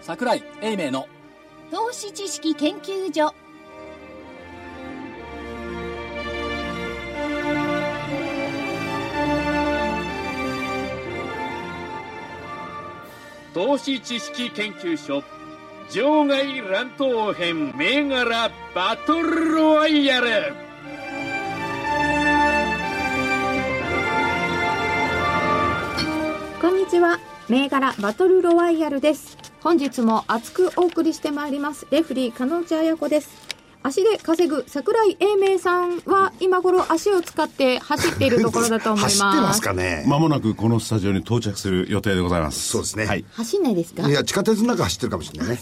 桜井英明の投資知識研究所投資知識研究所場外乱闘編銘柄バトルロワイヤルこんにちは。銘柄バトルロワイヤルです。本日も熱くお送りしてまいります。レフリー、加納内彩子です。足で稼ぐ桜井英明さんは今頃足を使って走っているところだと思います。 走ってますかねまもなくこのスタジオに到着する予定でございます。そうですねはい。走んないですかいや、地下鉄の中走ってるかもしれないね。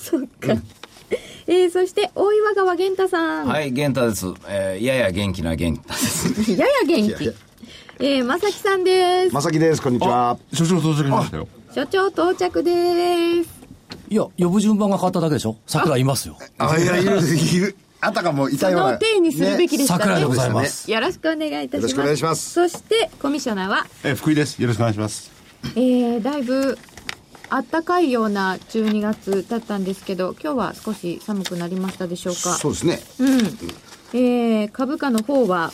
えー、そして大岩川源太さん。はい、元太です。えー、やや元気な元太です。やや元いやいや気。えー、まさきさんです。まさきです、こんにちは。所長到着しましたよ。所長到着です。いや呼ぶ順番が変わっただけでしょ桜井いますよあ、いや、いる、いる。あたかもいたそような。の手にするべきでした桜井ね。でございますよろしくお願いいたします。よろしくお願いしますそして、コミッショナーは、えー、福井です。よろしくお願いします。えー、だいぶあったかいような12月だったんですけど今日は少し寒くなりましたでしょうかそうですね。うんえー、株価の方は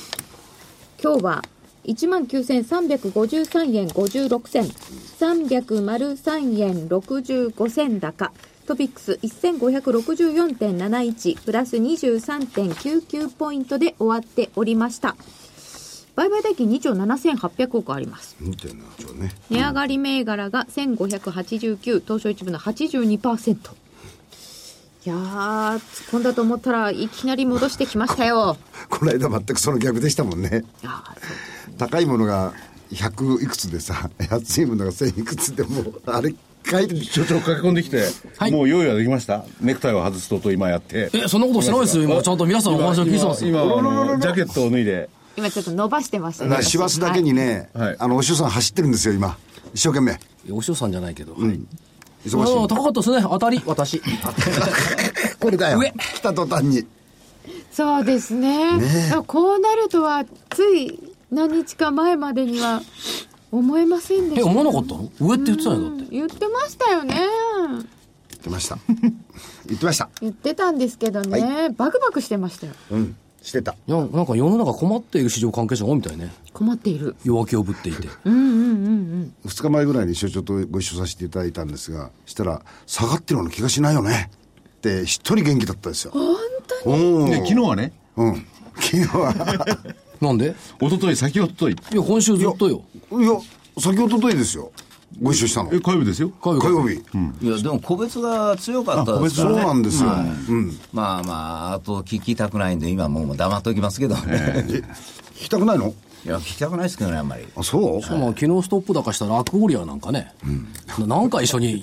今日は1万9353円56銭303円65銭高トピックス1564.71プラス23.99ポイントで終わっておりました売買代金2兆7800億あります見てるな、ちょっとね。値上がり銘柄が1589東証一部の82%いやー突っ込んだと思ったらいきなり戻してきましたよこの間全くその逆でしたもんね。あー高いものが100いくつでさ、安いものが1000いくつでもう、あれ、書いて所長駆け込んできて、はいもう用意はできましたネクタイを外すとと今やって。えそんなことしてないですよ今ちゃんと皆さんお話を聞いてますよ今、今あのジャケットを脱いで。今ちょっと伸ばしてましただから師走だけにね、はいあの、お師匠さん走ってるんですよ、今。一生懸命。お塩さんじゃないけど、はい忙しいあのあ。高かったですね当たり私これだよ上。来た途端に。そうですねだからこうなるとはつい何日か前までには思えませんで えした思わなかったの上って言ってたんやだって言ってましたよね言ってました。言ってました。言ってたんですけどね、バクバクしてましたようん。してた。いやなんか世の中困っている市場関係者が多いみたいね困っている弱気をぶっていて2日前ぐらいに所長とご一緒させていただいたんですがしたら下がってるような気がしないよねって一人元気だったですよ本当にで、昨日はね、うん昨日 はなんで一昨日先おととい。いや今週ずっとよいや先おとといですよご一緒したのえ、火曜日ですよ。火火曜日いや、でも個別が強かったですかそらうね。なんですよ、はいうんまあまあ、あと聞きたくないんで、今もう黙っておきますけどね。え聞きたくないのいや、聞きたくないですけどね、あんまり。あそうしかも昨日ストップ高したらアクオリアなんかね、な何回一緒に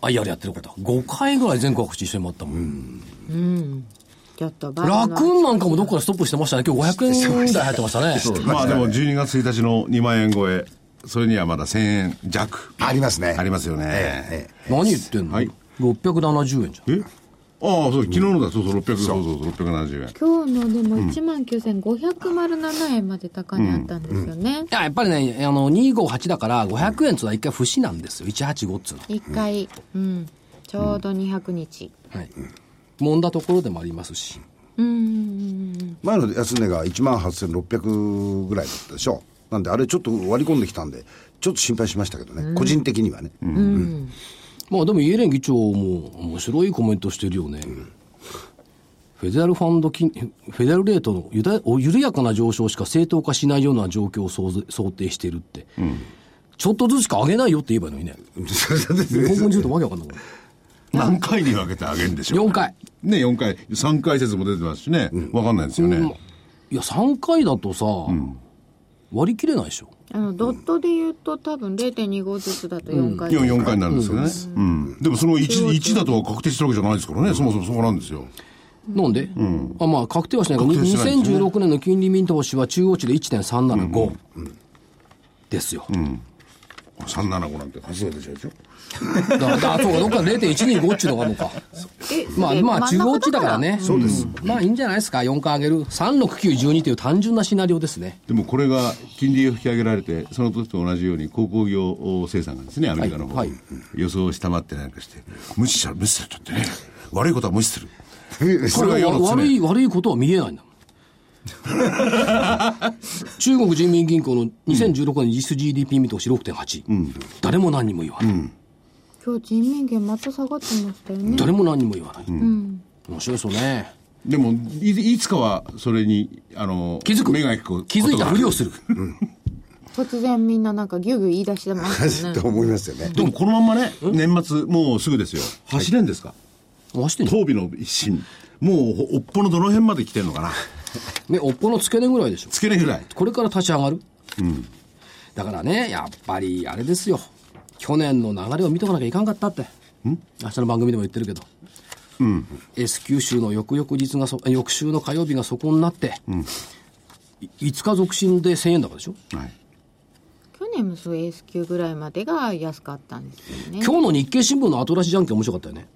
IR やってること5回ぐらい全国各地一緒に回ったもん、ちょっとバラのクーンなんかもどっかでストップしてましたね今日500円台入ってましたねまあでも12月1日の2万円超え、それにはまだ1000円弱。ありますねありますよね。えええ何言ってんの、はい670円じゃんえああ、そう、昨日のだ、そうそう、600、そうそう、670円。今日のでも1万9507円まで高値あったんですよねい。ややっぱりねあの258だから500円っつうのは一回節なんですよ185っつうの一回、うん、ちょうど200日。はい揉んだところでもありますしうん、うんえ前の安値が1万8600ぐらいだったでしょなんであれちょっと割り込んできたんでちょっと心配しましたけどね、個人的にはね、まあでもイエレン議長も面白いコメントしてるよね、フェデラルファンド金フェデラルレートのゆだ緩やかな上昇しか正当化しないような状況を想像想定してるって、ちょっとずつしか上げないよって言えばいいのにね日本語にするとわけわかんないもん何回に分けてあげるんでしょう4回ね、4回、3回説も出てますしね、わかんないですよね。いや3回だとさ、割り切れないでしょあのドットで言うと多分0.25ずつだと4回、 4、4回になるんですよね。うん。でもその 1, 1だとは確定してるわけじゃないですからね、そもそもそうなんですよ。なんで、あまあ確定はしないけど、確定してないですね2016年の金利見通しは中央値で1.375、ですよ、 375なんて初めてでしょだから、あそうか、どっか0.125っちゅうのがあるのか。えまあ、えまあ、真中ん中央値だからね。そうです。まあ、いいんじゃないですか。4回上げる。36912という単純なシナリオですね。でもこれが金利を引き上げられて、その時と同じように鉱工業生産がですね、アメリカの方、はいはい予想を下回ってなんかして、無視したら無視するとってね、悪いことは無視する。これが世の常悪い、悪いことは見えないんだも ん。中国人民銀行の2016年実質 GDP 見通し6.8、誰も何にも言わない、今日人民元また下がってましたよね。誰も何にも言わない、面白いですよねでもい、いつかはそれに、あの、気づく目が行くこと気づいたふりをする突然みんななんかギュギュ言い出してますよとね。思いますよねでもこのまんまね、年末、もうすぐですよ。走れんですか、回してんの東美の一心。もう、おっぽのどの辺まで来てんのかなねおっぽの付け根ぐらいでしょ付け根ぐらい。これから立ち上がる、だからねやっぱりあれですよ去年の流れを見とかなきゃいかんかったって明日の番組でも言ってるけど、S 九州の翌々日がそ翌週の火曜日がそこになって、い5日続伸で1000円高でしょ、はい。去年もそう S q ぐらいまでが安かったんですよね。今日の日経新聞の後出しじゃんけん面白かったよね、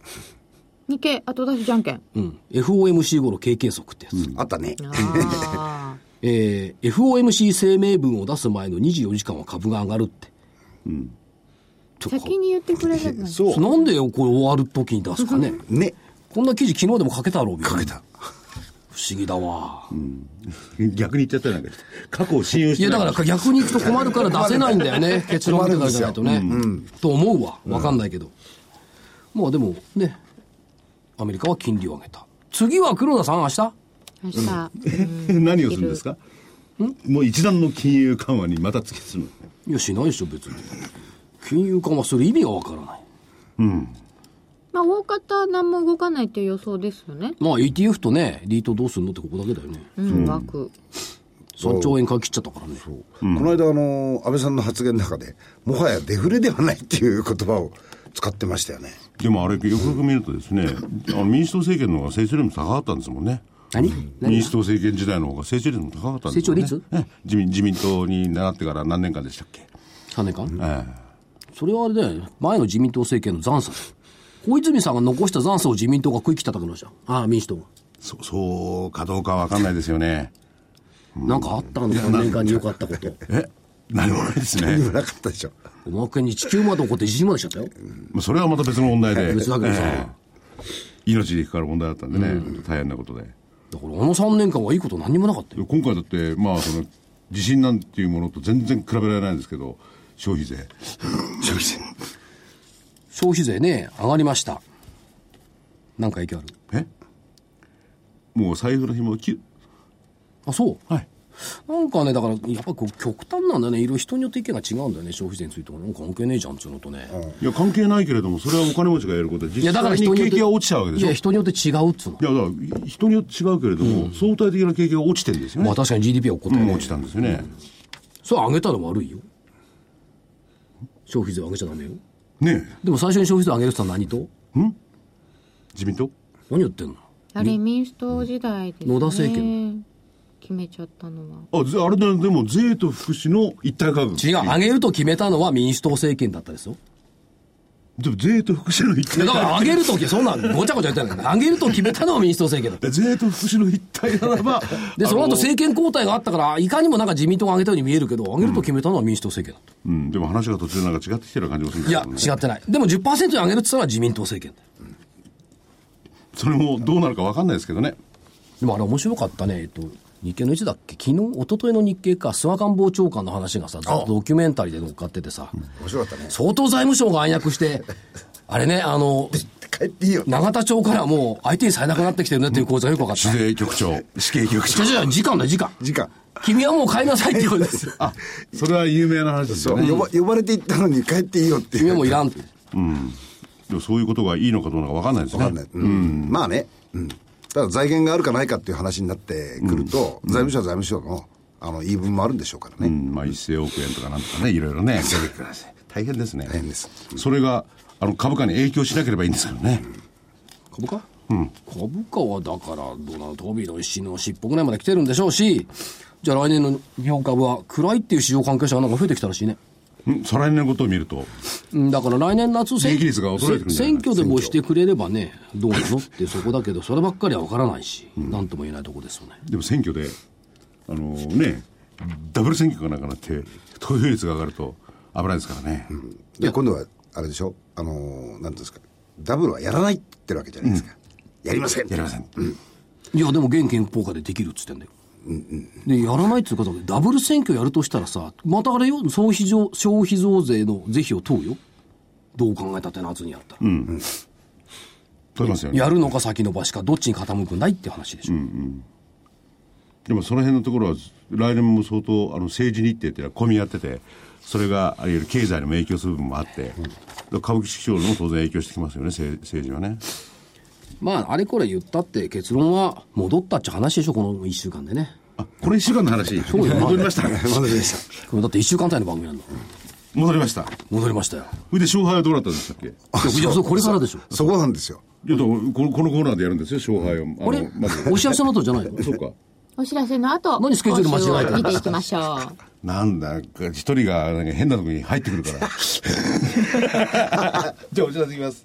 日経後出しじゃんけん。うん、FOMC 後の経験則ってやつ、あったね あえー FOMC 声明文を出す前の24時間は株が上がるって、あ。先に言ってくれればいい。そなんでよこれ終わる時に出すかねうねこんな記事昨日でも書けたろうかかけた不思議だわ、逆に言っちゃったりなんかして。過去を信用いしてやなだいから逆に行くと困るから出せないんだよ ね結論出てからじゃないとね、と思うわ分かんないけど、まあでもねアメリカは金利を上げた次は黒田さん明日明日。 何をするんですかもう一段の金融緩和にまた突き進む。いやしないでしょ別に金融緩和する意味が分からないまあ大方何も動かないっていう予想ですよね。まあ ETF とねリートどうするのってここだけだよねうん、枠。 3兆円買い切っちゃったからねこの間あの安倍さんの発言の中でもはやデフレではないっていう言葉を使ってましたよねでもあれ、よくよく見るとですね、あの民主党政権の方が成長率も高かったんですもんね。何民何主党政権時代の方が成長率も高かったんですよ、ね、成長率ええ自民自民党に習ってから何年間でしたっけ、 3年間えそれはあれだよね前の自民党政権の残差小泉さんが残した残差を自民党が食い切っただけの話じゃんああ民主党がえそそうかどうかわかんないですよねなんかあったの3年間に良かったことえ何もないですね何もなかったでしょおまけに地球まで起こって地震までしちゃったよまあそれはまた別の問題で別だけどさ、ええ命にかかる問題だったんでね、大変なことでだからあの3年間はいいこと何にもなかったよ今回だってまあその地震なんていうものと全然比べられないんですけど消費税消費税消費税ね上がりましたなんか影響あるえもう財布の紐を切るあそうはいなんかねだからやっぱりこう極端なんだよねいろいろ人によって意見が違うんだよね消費税についてもなんか関係ねえじゃんっつうのとね、いや関係ないけれどもそれはお金持ちがやることでい実やだから際人にによっ景て気が落ちちゃうわけでしょいや人によって違うっつうのいやだから人によって違うけれども、相対的な景気が落ちてるんですよね、まあ確かに GDP は起こったうよんね、落ちたんですよね、それ上げたら悪いよ消費税上げちゃダメよねえでも最初に消費税上げるって言ったら何と自民党何言ってんのあれ民主党時代ですね。野田政権決めちゃったのは。あぜあれだでも税と福祉の一体化学違う上げると決めたのは民主党政権だったですよでも税と福祉の一いや体だ化から上げるときそんなごちゃごちゃ言ってない上げると決めたのは民主党政権だ学税と福祉の一体化ならば でその後あ政権交代があったからいかにもなんか自民党が上げたように見えるけど上げると決めたのは民主党政権だうん、でも話が途中でなんか違ってきてる感じもするんといやですけど、ね、違ってないでも10%に上げるって言ったのは自民党政権だよそれもどうなるか分かんないですけどねでもあれ面白かったねえっと日経のいつだっけ昨日一昨日の日経か諏訪官房長官の話がさずっとドキュメンタリーで乗っかっててさ面白かったね相当財務省が暗躍してあれねあの帰っていいよ永田町からもう相手にされなくなってきてるねっていう構図がよく分かった市税局長 死刑局じ長ゃじゃ時間だよ時間時間君はもう帰りなさいっていうことですよあそれは有名な話ですそうよね呼ば呼ばれて行ったのに帰っていいよっていう君はもういらんってでもそういうことがいいのかどうなのか分かんないですねわかんない、うんまあね、うん、ただ財源があるかないかっていう話になってくると、財務省は財務省のあの言い分もあるんでしょうからね、うんまあ、1000億円とかなんとかねいろいろ ね出てくるんです大変ですね大変ですそれがあの株価に影響しなければいいんですけどね、株価株価はだからどうなのトビーの石の尻尾ぐらいまで来てるんでしょうしじゃあ来年の日本株は暗いっていう市場関係者がなんか増えてきたらしいねん再来年のことを見ると、うんだから来年夏利益率が衰えてくんじゃない選挙でもしてくれればね、どうなのってそこだけど、そればっかりは分からないし、なんとも言えないとこですよね。でも選挙で、あのね、ダブル選挙がなくなって、投票率が上がると危ないですからね。で今度はあれでしょあのーなんていうんですかダブルはやらないって言ってるわけじゃないですか、やりませんやりません。いや、でも現健康化でできるっつってんだよ。で、やらないっつうことはダブル選挙やるとしたらさ、またあれよ、消費増消費増税の是非を問うよ。どう考えたって夏にやったら。取れますよね。やるのか先延ばしか、どっちに傾くんだいって話でしょ。でもその辺のところは、来年も相当あの政治日程っていうのは混み合ってて、それが、あるいは経済にも影響する部分もあって、株式市場にも当然影響してきますよね、政政治はね。まあ、あれこれ言ったって結論は戻ったっちゃ話でしょ、この1週間でね。あ、これ一週間の話、うよ戻りました。戻りましたこれだって1週間単位の番組なんだもん戻りました。戻りましたよ。それで勝敗はどうなったんでしたっけいや、いや、そうこれからでしょ。そこなんですよだからこのこのコーナーでやるんですよ、勝敗を。ああれの、まず。お知らせの後じゃない のそうか。お知らせの後何スケジュール間違えてる今週を見ていきましょうなんだ、一人がなんか変なとこに入ってくるから。じゃあ、お知らせいきます。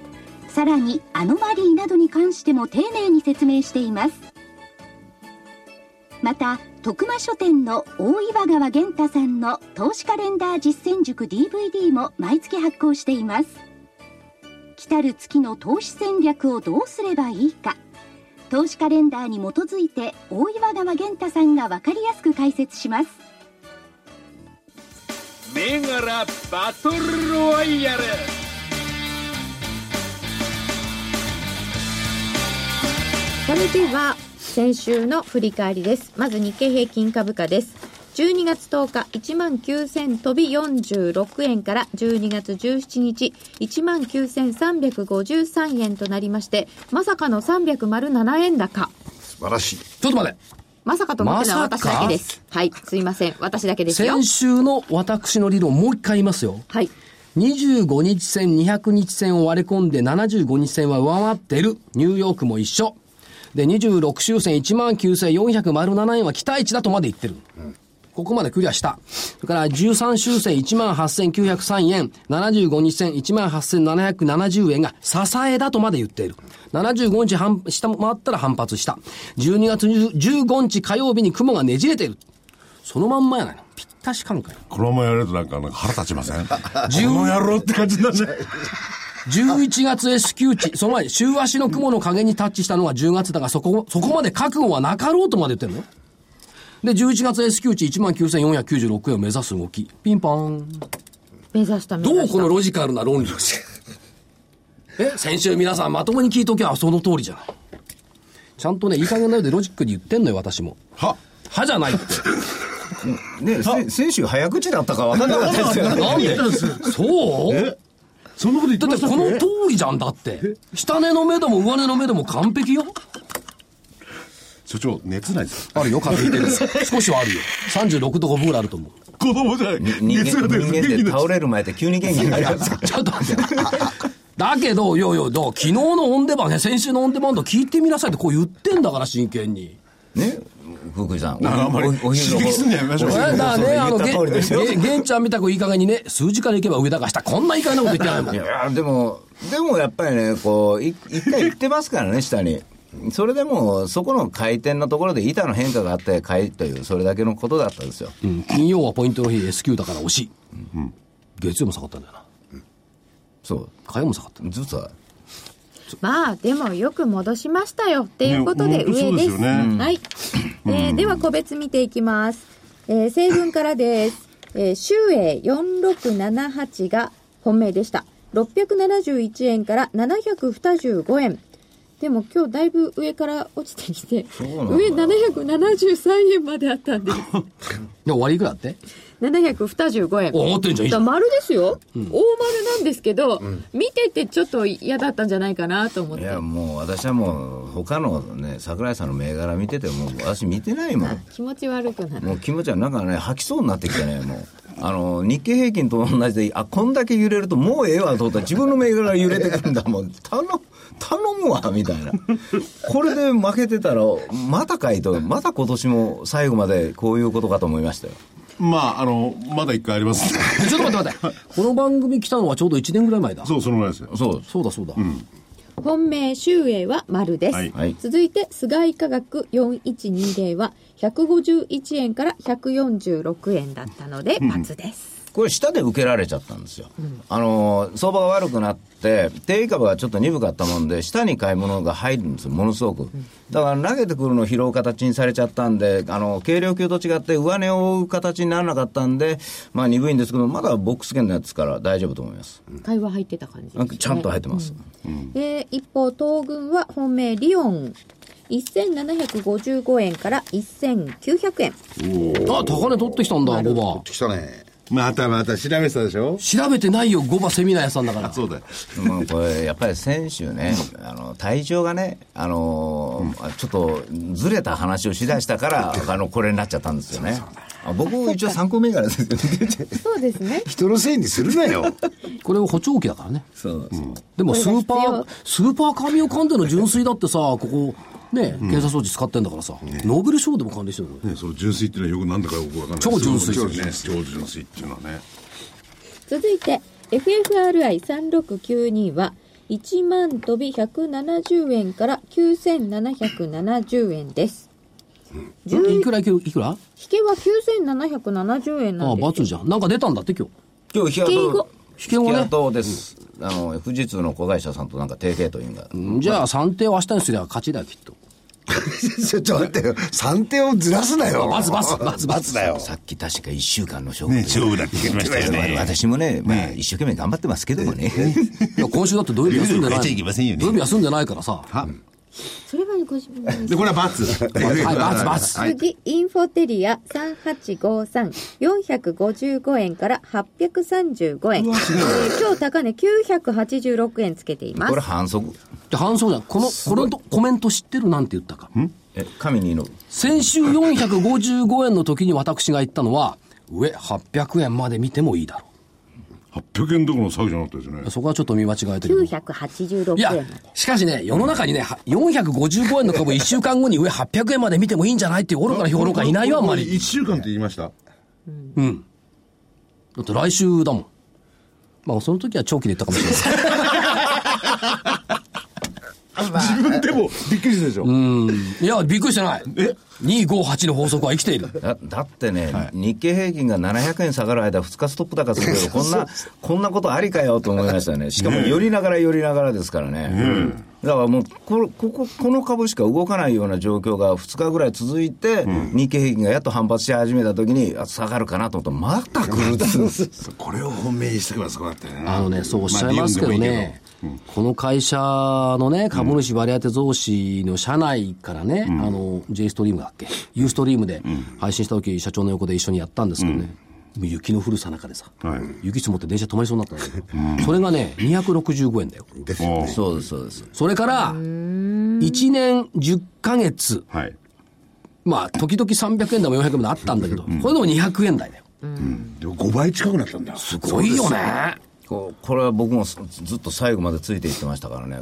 さらにアノマリーなどに関しても丁寧に説明していますまた徳間書店の大岩川源太さんの投資カレンダー実践塾 DVD も毎月発行しています来たる月の投資戦略をどうすればいいか投資カレンダーに基づいて大岩川源太さんが分かりやすく解説します銘柄バトルロワイヤルそれでは先週の振り返りですまず日経平均株価です12月10日1万9000飛び46円から12月17日1万9353円となりましてまさかの307円高素晴らしいちょっと待って。まさかと思ったのはま私さかだけです、はいすいません私だけですよ先週の私の理論、もう一回言いますよ。はい25日線、200日線を割り込んで75日線は上回ってる。ニューヨークも一緒。で、26周線19,407円は期待値だとまで言ってる。ここまでクリアした。それから13周線18,903円、75日線18,770円が支えだとまで言っている。75日反下回ったら反発した。12月15日火曜日に雲がねじれてる。そのまんまやないの。ぴったし感覚。このままやるとなんかなんか腹立ちません この野郎って感じだね。 11月 S q 値、その前に週足の雲の陰にタッチしたのが10月だが、そこ、そこまで覚悟はなかろうとまで言ってるのよで、11月 S q 値19,496円を目指す動き。ピンポン。目指した目ど指うしこたのロジカルな論理え先週皆さんまともに聞いときゃその通りじゃない。ちゃんとね、いい加減なのでロジックに言ってんのよ、私も。 は歯じゃないって。ね、せ選手早口だったか分かんなかったですよ ね。なんでそうえそんなこと言っだてっまてしたっこけの通りじゃんだって。下値の目でも上値の目でも完璧よ。所長、熱ないですかあるよ、確定です。少しはあるよ。36度5分ぐらいあると思う。子供じゃない。人間熱が出る。人間っ元気てになっ倒れる前って急に元気にな りますちょっと待って。だけど、いやいや、だから昨日のオンデマンド、先週のオンデマンド聞いてみなさいってこう言ってんだから、真剣に。ね福井さんなんかあんまりおお昼の刺激すんのやめましょうえだからね、あの、げ言った通りですよげ玄ちゃんみたくいい加減にね、数時間でいけば上だから下、こんないい加減なこと言ってないいもん。やでもでもやっぱりねこうい一回行ってますからね下にそれでもそこの回転のところで板の変化があって買いというそれだけのことだったんですようん、金曜はポイントの日 S q だから惜しい。月曜も下がったんだよな。そう火曜も下がった。実はまあでもよく戻しましたよっていうことねで本当そ上うで,、ですすよねはい、えーでは個別見ていきます、えー、成分からです、えー、周英4678が本命でした671円から725円でも今日だいぶ上から落ちてきて、うなんだ上773円まであったんです。で、終わりいくらだって725円。お思ってんじゃんいいじゃだん丸ですよ、大丸なんですけど、見ててちょっと嫌だったんじゃないかなと思っいて。やもう私はもう他のね桜井さんの銘柄見ててもう私見てないもん気持ち悪くなる。もう気持ちはなんかね吐きそうになってきてねもう あの日経平均と同じであこんだけ揺れるともうええわと思ったら自分の銘柄が揺れてくるんだもん頼頼むわみたいなこれで負けてたらまたかいとまた今年も最後までこういうことかと思いましたよまあ、あの、まだ一回あります。 ちょっと待って待って。この番組来たのはちょうど1年ぐらい前だ。そう、そのぐらいですよ。そうそうだそうだ。本命秀英は丸です、はいはい続いて菅井科学4120は151円から146円だったので×です、これ下で受けられちゃったんですよ、あの相場が悪くなって定位株がちょっと鈍かったもんで下に買い物が入るんですよものすごくだから投げてくるのを拾う形にされちゃったんであの軽量級と違って上値を追う形にならなかったんでまあ鈍いんですけどまだボックス圏のやつから大丈夫と思います、会話入ってた感じですね、ちゃんと入ってます、で一方東軍は本命リオン1755円から1900円あ、高値取ってきたんだ、5番。来たねまたまた調べてたでしょ調べてないよ、5番セミナー屋さんだから。そうだよ。まあ、これやっぱり先週ね、あの体調がね、あのーちょっとずれた話をしだしたから、あのこれになっちゃったんですよね。あ僕、一応、参考銘柄ですけどねそうですね人のせいにする なよこれは補聴器だからね。そうそうでもスーパこれがー、スーパー神を噛んでの純粋だってさ、ここ、ね、検査装置使ってんだからさ、ノーベル賞でも関連してるのよね、その純粋っていうのはよくなんだかよくわかんない。超純粋そうですよね。超純粋っていうのはね。続いて FFRI3692 は1万飛び170円から9770円ですうんいくらいくらいくら引けは9770円あなあ、んです罰じゃん。なんか出たんだって今日。今日、日敬語雇引けをね。です。あの富士通の子会社さんとなんか提携というか、じゃあ、算定を明日にすりゃ勝ちだよ、きっと。ちょっと待ってよ算定をずらすなよバツバツバツ バツだよさっき確か1週間の勝負ね、で、勝負だって聞きましたよね。私もね、まあ、一生懸命頑張ってますけどもね。いや、今週だって土曜日休んでなルール変えちゃい。いけませんよね土曜日休んでないからさ。はそれはご自分でで、これは罰。はい、バツバツ。次、インフォテリア3853、455円から835円。えー今日高値986円つけていまこれす。反則。で、反則じゃん。この、このとコメント知ってるなんて言ったか。え、神に祈る。先週455円の時に私が言ったのは、上800円まで見てもいいだろ800円どころの詐欺じゃなかったですねう。。そこはちょっと見間違えてる。 986いや円。、しかしね、世の中にね、は455円の株1週間後に上800円まで見てもいいんじゃないっていう愚かな評論家いないよ、あんまり。 1週間って言いました。だって来週だもん。まあ、その時は長期で言ったかもしれない。 自分でもびっくりしたでしょ。いや、びっくりしてない。え ?258 の法則は生きている。だだってね、日経平均が700円下がる間、2日ストップ高す るけど、こんな、こんなことありかよと思いましたね、しかも寄りながら寄りながらですからね、だからもうこ、こここの株しか動かないような状況が2日ぐらい続いて、日経平均がやっと反発し始めたときに、あ下がるかなと思ったら、また来るって言うんですよこれを本命にしてくばそこだったよね。あのね、そうおっしゃいますけどまあ理由でもいいね、この会社のね、株主割当増資の社内からね、あの、J ストリームだっけ、U ストリームで配信した時、社長の横で一緒にやったんですけどね、もう雪の降るさなかでさ、はい雪積もって電車止まりそうになったんだけど、それがね、265円だよ。ですおうそうです、そうです、それから、1年10ヶ月、はい。まあ、時々300円でも400円でもあったんだけど、これでも200円台だよ。でも5倍近くなったんだ。すごいよね。ここれは僕もずずっと最後までついていってましたからね、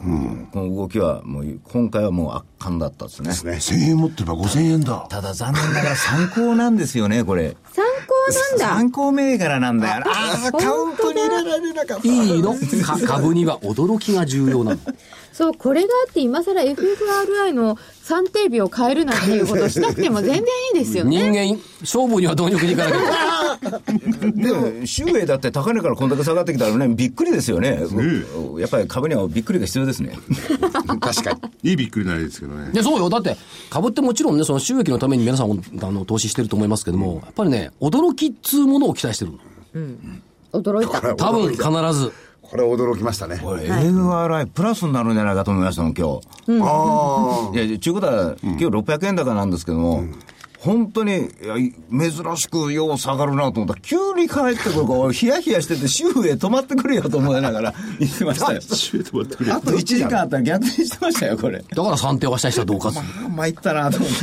この動きはもう、今回はもう圧巻だったですね。 1000円持ってれば5000円だ。ただ残念ながら参考なんですよね、これ。参考なんだ。参考銘柄なんだよな。ああ、カウントに入れられなかった。いいのか株には驚きが重要なの。そう、これがあって今更 FFRI の算定日を変えるなんていうことしなくても全然いいですよ人ね。間、勝負には貪欲にいかなきゃいけない。 でも、周英だって高値からこんだけ下がってきたらね、びっくりですよね。やっぱり株 にはびっくりが必要ですね。確かにいいびっくりないですけど ね。で、そうよ。だって、株ってもちろんね、その収益のために皆さんあの投資してると思いますけども、やっぱりね、驚きっつうものを期待してるの。驚いた。多分必ず。これ驚きましたね。これ ARI プラスになるんじゃないかと思いましたもん今日、ああ。いやちゅうことは今日600円高なんですけども、本当に、いや珍しくよう下がるなと思ったら、急に帰ってくるから、 ヒヤヒヤしてて、主婦へ止まってくるよと思いながら、言ってました よ。あと1時間あったら逆転してましたよ、これ。だから算定はした人はどうかあ参ったなと思って。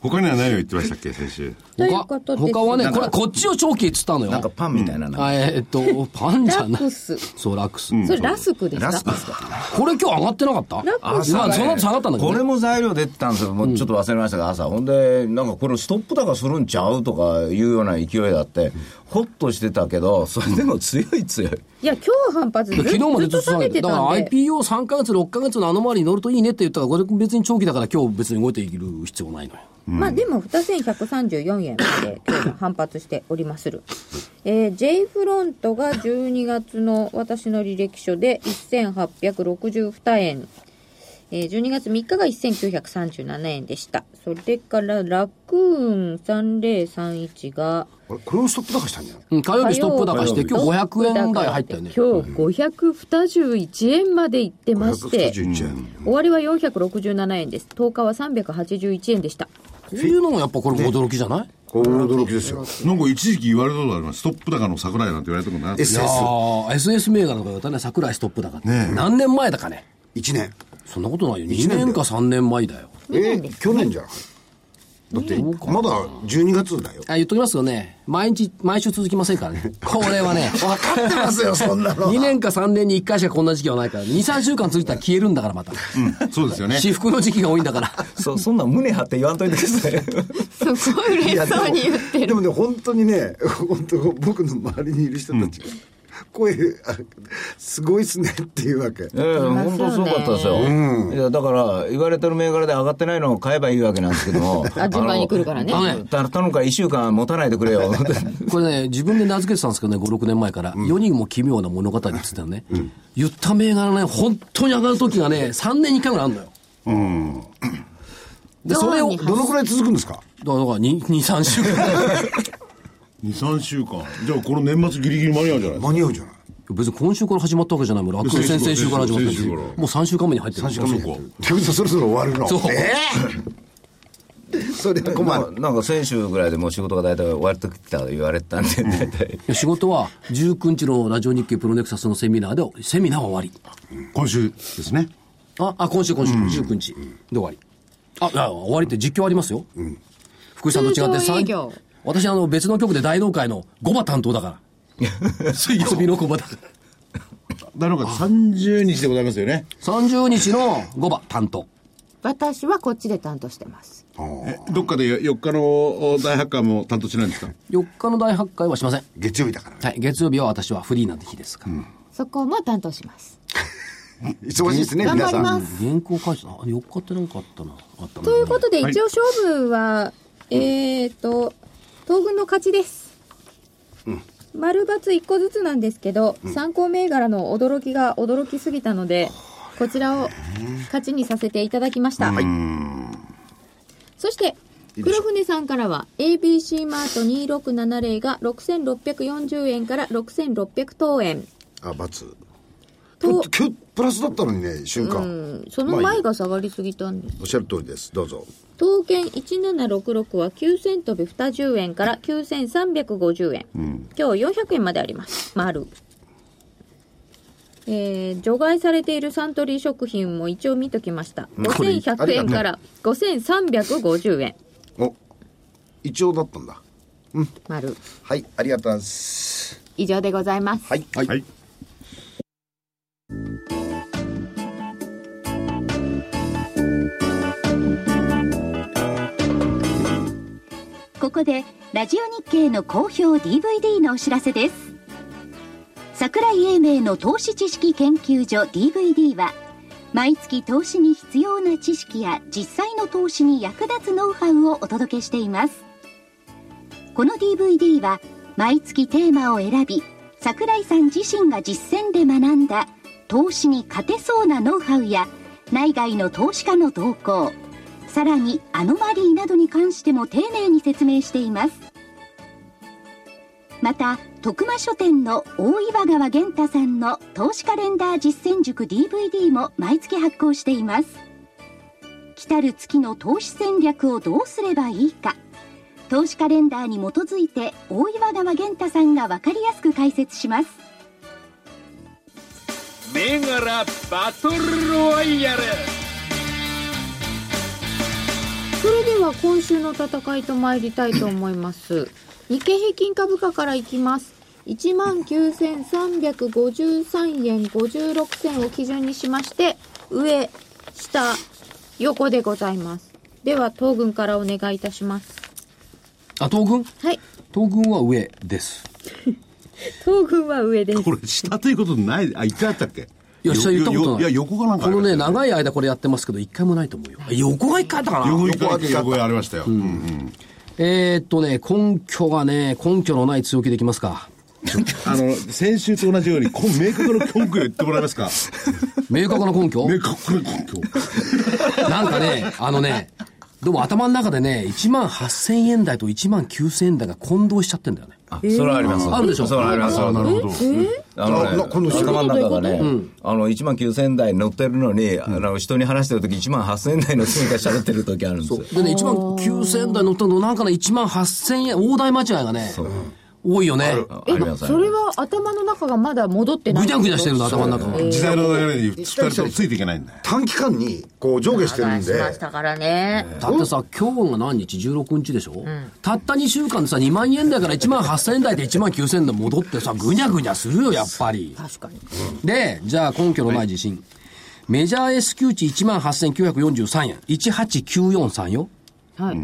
他には何を言ってましたっけ先週という他ことです他はね、これ、こっちを長期っつったのよ。なんかパンみたいなの。あえーっと、パンじゃなラいク。スそう、ラックス。それラスクですかラスクですかこれ今日上がってなかったラックスまあ、その後下がったんだけど、こね。れも材料出てたんですよ、もうちょっと忘れましたが、朝、ほんで、なんかこれ、ストップ高するんちゃうとかいうような勢いだって、ほっとしてたけど、それでも強い強い、いや今日反発ず昨日までずっとっと下下げげててだかたらんで IPO3 ヶ月、6ヶ月のあの回りに乗るといいねって言ったから、これ別に長期だから今日別に動いている必要ないのよ。まあでも2134円まで今日も反発しておりまする、えー、J フロントが12月の私の履歴書で1862円、えー、12月3日が1937円でしたそれからラクーン3031があれこれをストップ高したんじゃないうん、火曜日ストップ高して、今日500円台入ったよね。今日521円まで行ってまして、 ?521 円。終わりは467円です10日は381円でしたこういうのもやっぱこれも驚きじゃないこれ驚きですよ。なんか一時期言われたことありますストップ高の桜井なんて言われたことないいやー、SS 銘柄の方だったね、桜井ストップ高って。ねえ何年前だかね。 1年。そんなことないよ。一2年だよ年か3年前だよ。えー、去年じゃん。だって、まだ12月だよ。あ、言っときますよね。毎日、毎週続きませんからね。これは ね。分かってますよ、そんなの。 2年か3年に1回しかこんな時期はないから、2、3週間続いたら消えるんだからまた。うんそうですよね私服の時期が多いんだから。そそんなん胸張って言わんといてください、 すごい嬉しそうに言ってでもね、本当にね、本当、僕の周りにいる人たちが、声、あすごいっすねっていうわけ。ええ本当すごかったですよ、いやだから、言われてる銘柄で上がってないのを買えばいいわけなんですけども、あ順番に来るからねあのた頼むから1週間持たないでくれよ、これね、自分で名付けてたんですけどね、5、6年前から。世にも奇妙な物語って言ってたよね。言った銘柄ね、本当に上がる時がね、3年に1回ぐらいあるのよ。で、それを、だかどのくらい続くんですから2、3週間。 23週間じゃあこの年末ギリギリ間に合うんじゃない間に合うじゃない。別に今週から始まったわけじゃないもん。楽天先々週から始まったし、先週もからう3週間目に入ってる。確かに。ってことは そろそろ終わるの。そうえーそれは困 なる。なんか先週ぐらいでもう仕事が大体終わってきたと言われてたんで、大体。いや仕事は19日のラジオ日経プロネクサスのセミナーで、セミナーは終わり。今週ですねあ、あ今週、今週、19日で終わり。あ、あ終わりって実況ありますよ。福井さんと違って通常営三業私、あの、別の局で大納会の5番担当だ から。水曜日の5番だから。だろうか30日でございますよね30日の5番担当。私はこっちで担当してますえどっかで4日の大発会も担当しないんですか4日の大発会はしません。月曜日だから。はい、月曜日は私はフリーなんて日ですから。そこも担当します忙しいですね、頑皆張りさまん。す原稿開始あ、4日ってなんかあったな。あったな。ということではい一応勝負は、えっ、ー、と東軍の勝ちです、丸×一個ずつなんですけど、参考銘柄の驚きが驚きすぎたのでこちらを勝ちにさせていただきました、そして黒船さんからは ABC マート2670が6640円から6600等円あ、×。と今日、プラスだったのにね、瞬間。うんその前が下がりすぎたんですおっしゃる通りです。どうぞ。刀剣1766は9000飛び20円から9350円、今日400円まであります丸えー除外されているサントリー食品も一応見ときました5100円から5350円お、一応だったんだ。丸はい、ありがとうございます。以上でございますはい。はい、はい、ここでラジオ日経の好評 DVD のお知らせです桜井英明の投資知識研究所 DVD は毎月投資に必要な知識や実際の投資に役立つノウハウをお届けしていますこの DVD は毎月テーマを選び桜井さん自身が実践で学んだ投資に勝てそうなノウハウや内外の投資家の動向さらにアノマリーなどに関しても丁寧に説明していますまた徳間書店の大岩川源太さんの投資カレンダー実践塾 DVD も毎月発行しています来たる月の投資戦略をどうすればいいか投資カレンダーに基づいて大岩川源太さんが分かりやすく解説します銘柄バトルロワイヤルそれでは今週の戦いと参りたいと思い ます。日経平均株価からいきます。19,353円56銭を基準にしまして、上、下、横でございます。では、東軍からお願いいたします。あ、東軍はい。東軍は上です。東軍は上で す。これ下ということないあ一回あったっけいや、下言ったことない。よよいや横がなんかあこのりましね、たよ長い間これやってますけど、一回もないと思うよ。あ横が一回あったかな横一回横ありましたよ、うんうんえー、っとね、根拠がね、根拠のない強気できますか。あの先週と同じようにこう明確な根拠言ってもらえます か明確な根拠明確な根拠なんかね、あのね、どうも頭の中でね、1万8000円台と1万9000円台が混同しちゃってんだよね。あそれはあります、あるでしょそれはありますああなるほど、あのあねな、この頭の中がね、あの、1万9000台乗ってるのに、あの、人に話してるとき1万8000台の人が喋ってるときあるんですよ。でね、1万9000円台乗ったのと、なんかね、1万8000円、大台間違いがね、多いよね。あえりますそれは頭の中がまだ戻ってないぐちゃぐちゃしてるの、頭の中が。時代の流れに二人ともついていけないんだよ短期間にこう上下してるんで、たからね。だってさ、今日が何日 ?16 日でしょ、たった2週間でさ、2万円台から1万8000円台で1万9000円台戻ってさ、ぐにゃぐにゃするよ、やっぱり。確かに。で、じゃあ根拠のない自信。メジャー S q 値18,943円。189434よ。はい。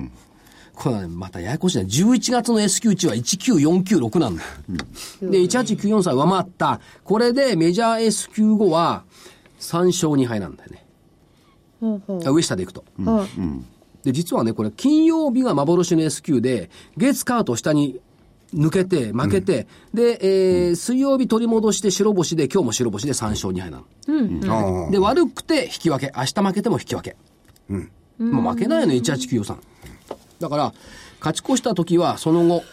これはね、またややこしいな。11月の S q 値は19496なんだよ。で、1894歳上回った。これでメジャー S q 後は3勝2敗なんだよね。ほうほう。上下でいくと。はいで、実はね、これ、金曜日が幻の S q で、月火と下に抜けて、負けて、で、えー水曜日取り戻して白星で、今日も白星で3勝2敗なの。ああで、悪くて引き分け。明日負けても引き分け。もう負けないの、1894 3だから、勝ち越した時は、その後、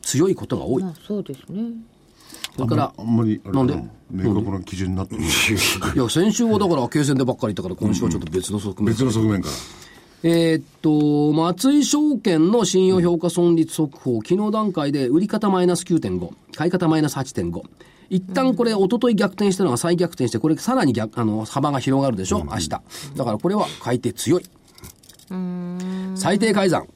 強いことが多いま。あ、そうですね。だから、あんまりあれだなんで明確な基準になってないいや、先週はだから、経線でばっかりいたから、今週はちょっと別の側面。別の側面からえーっと、松井証券の信用評価損率速報、昨日段階で売り方マイナス9.5、買い方マイナス8.5。一旦これ、一昨日逆転したのが再逆転して、これさらに逆、あの、幅が広がるでしょ、明日。だからこれは買い手強い。最低改ざん。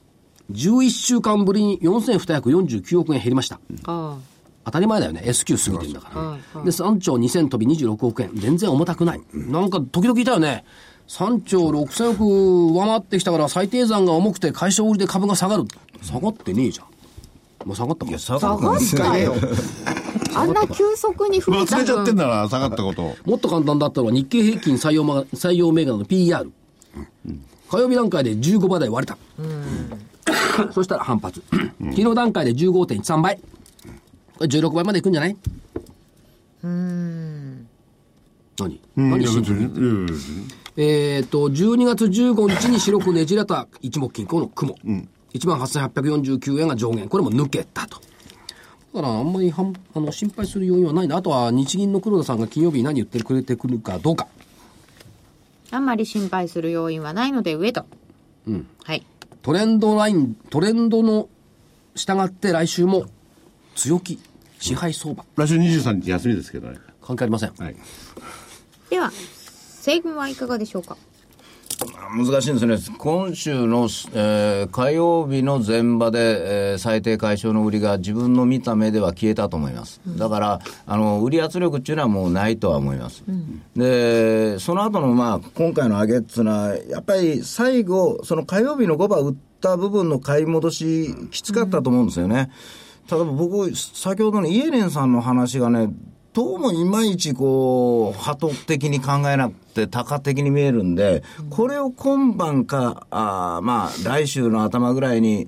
11週間ぶりに4249億円減りました。あ当たり前だよね。S q 過ぎてんだから。はいはいで、3兆2000飛び26億円。全然重たくない。なんか、時々いたよね。3兆6000億上回ってきたから、最低算が重くて、解消売りで株が下がる。下がってねえじゃん。まあ、下がったかいや、ら。下あ。がるんですよ。よ。 あんな急速に増えた 忘 れちゃってん分。だな下がったこともっと簡単だったのは、日経平均採用,、ま、採用銘柄の PR。火曜日段階で15倍台割れた。そしたら反発。昨日段階で15.13倍。これ16倍までいくんじゃない何うんい何やし別にいやいや別にえっ、と、12月15日に白くねじれた一目金庫の雲。18,849円が上限。これも抜けたと。だから、あんまりはんあの心配する要因はないんだ。あとは、日銀の黒田さんが金曜日に何言ってくれてくるかどうか。あんまり心配する要因はないので上と。うん。はい。トレンドライン、トレンドの従って来週も強気、支配相場。来週23日休みですけどね関係ありません。はいでは、西軍はいかがでしょうか難しいですね。今週の、えー火曜日の前場で、えー最低解消の売りが自分の見た目では消えたと思います。だから、あの、売り圧力っていうのはもうないとは思います。で、その後の、まあ、今回の上げっていうのは、やっぱり最後、その火曜日の5番売った部分の買い戻し、きつかったと思うんですよね。ただ僕、先ほどのイエレンさんの話がね、どうもいまいちこう、波動的に考えなくて、多角的に見えるんで、これを今晩か、あーまあ、来週の頭ぐらいに、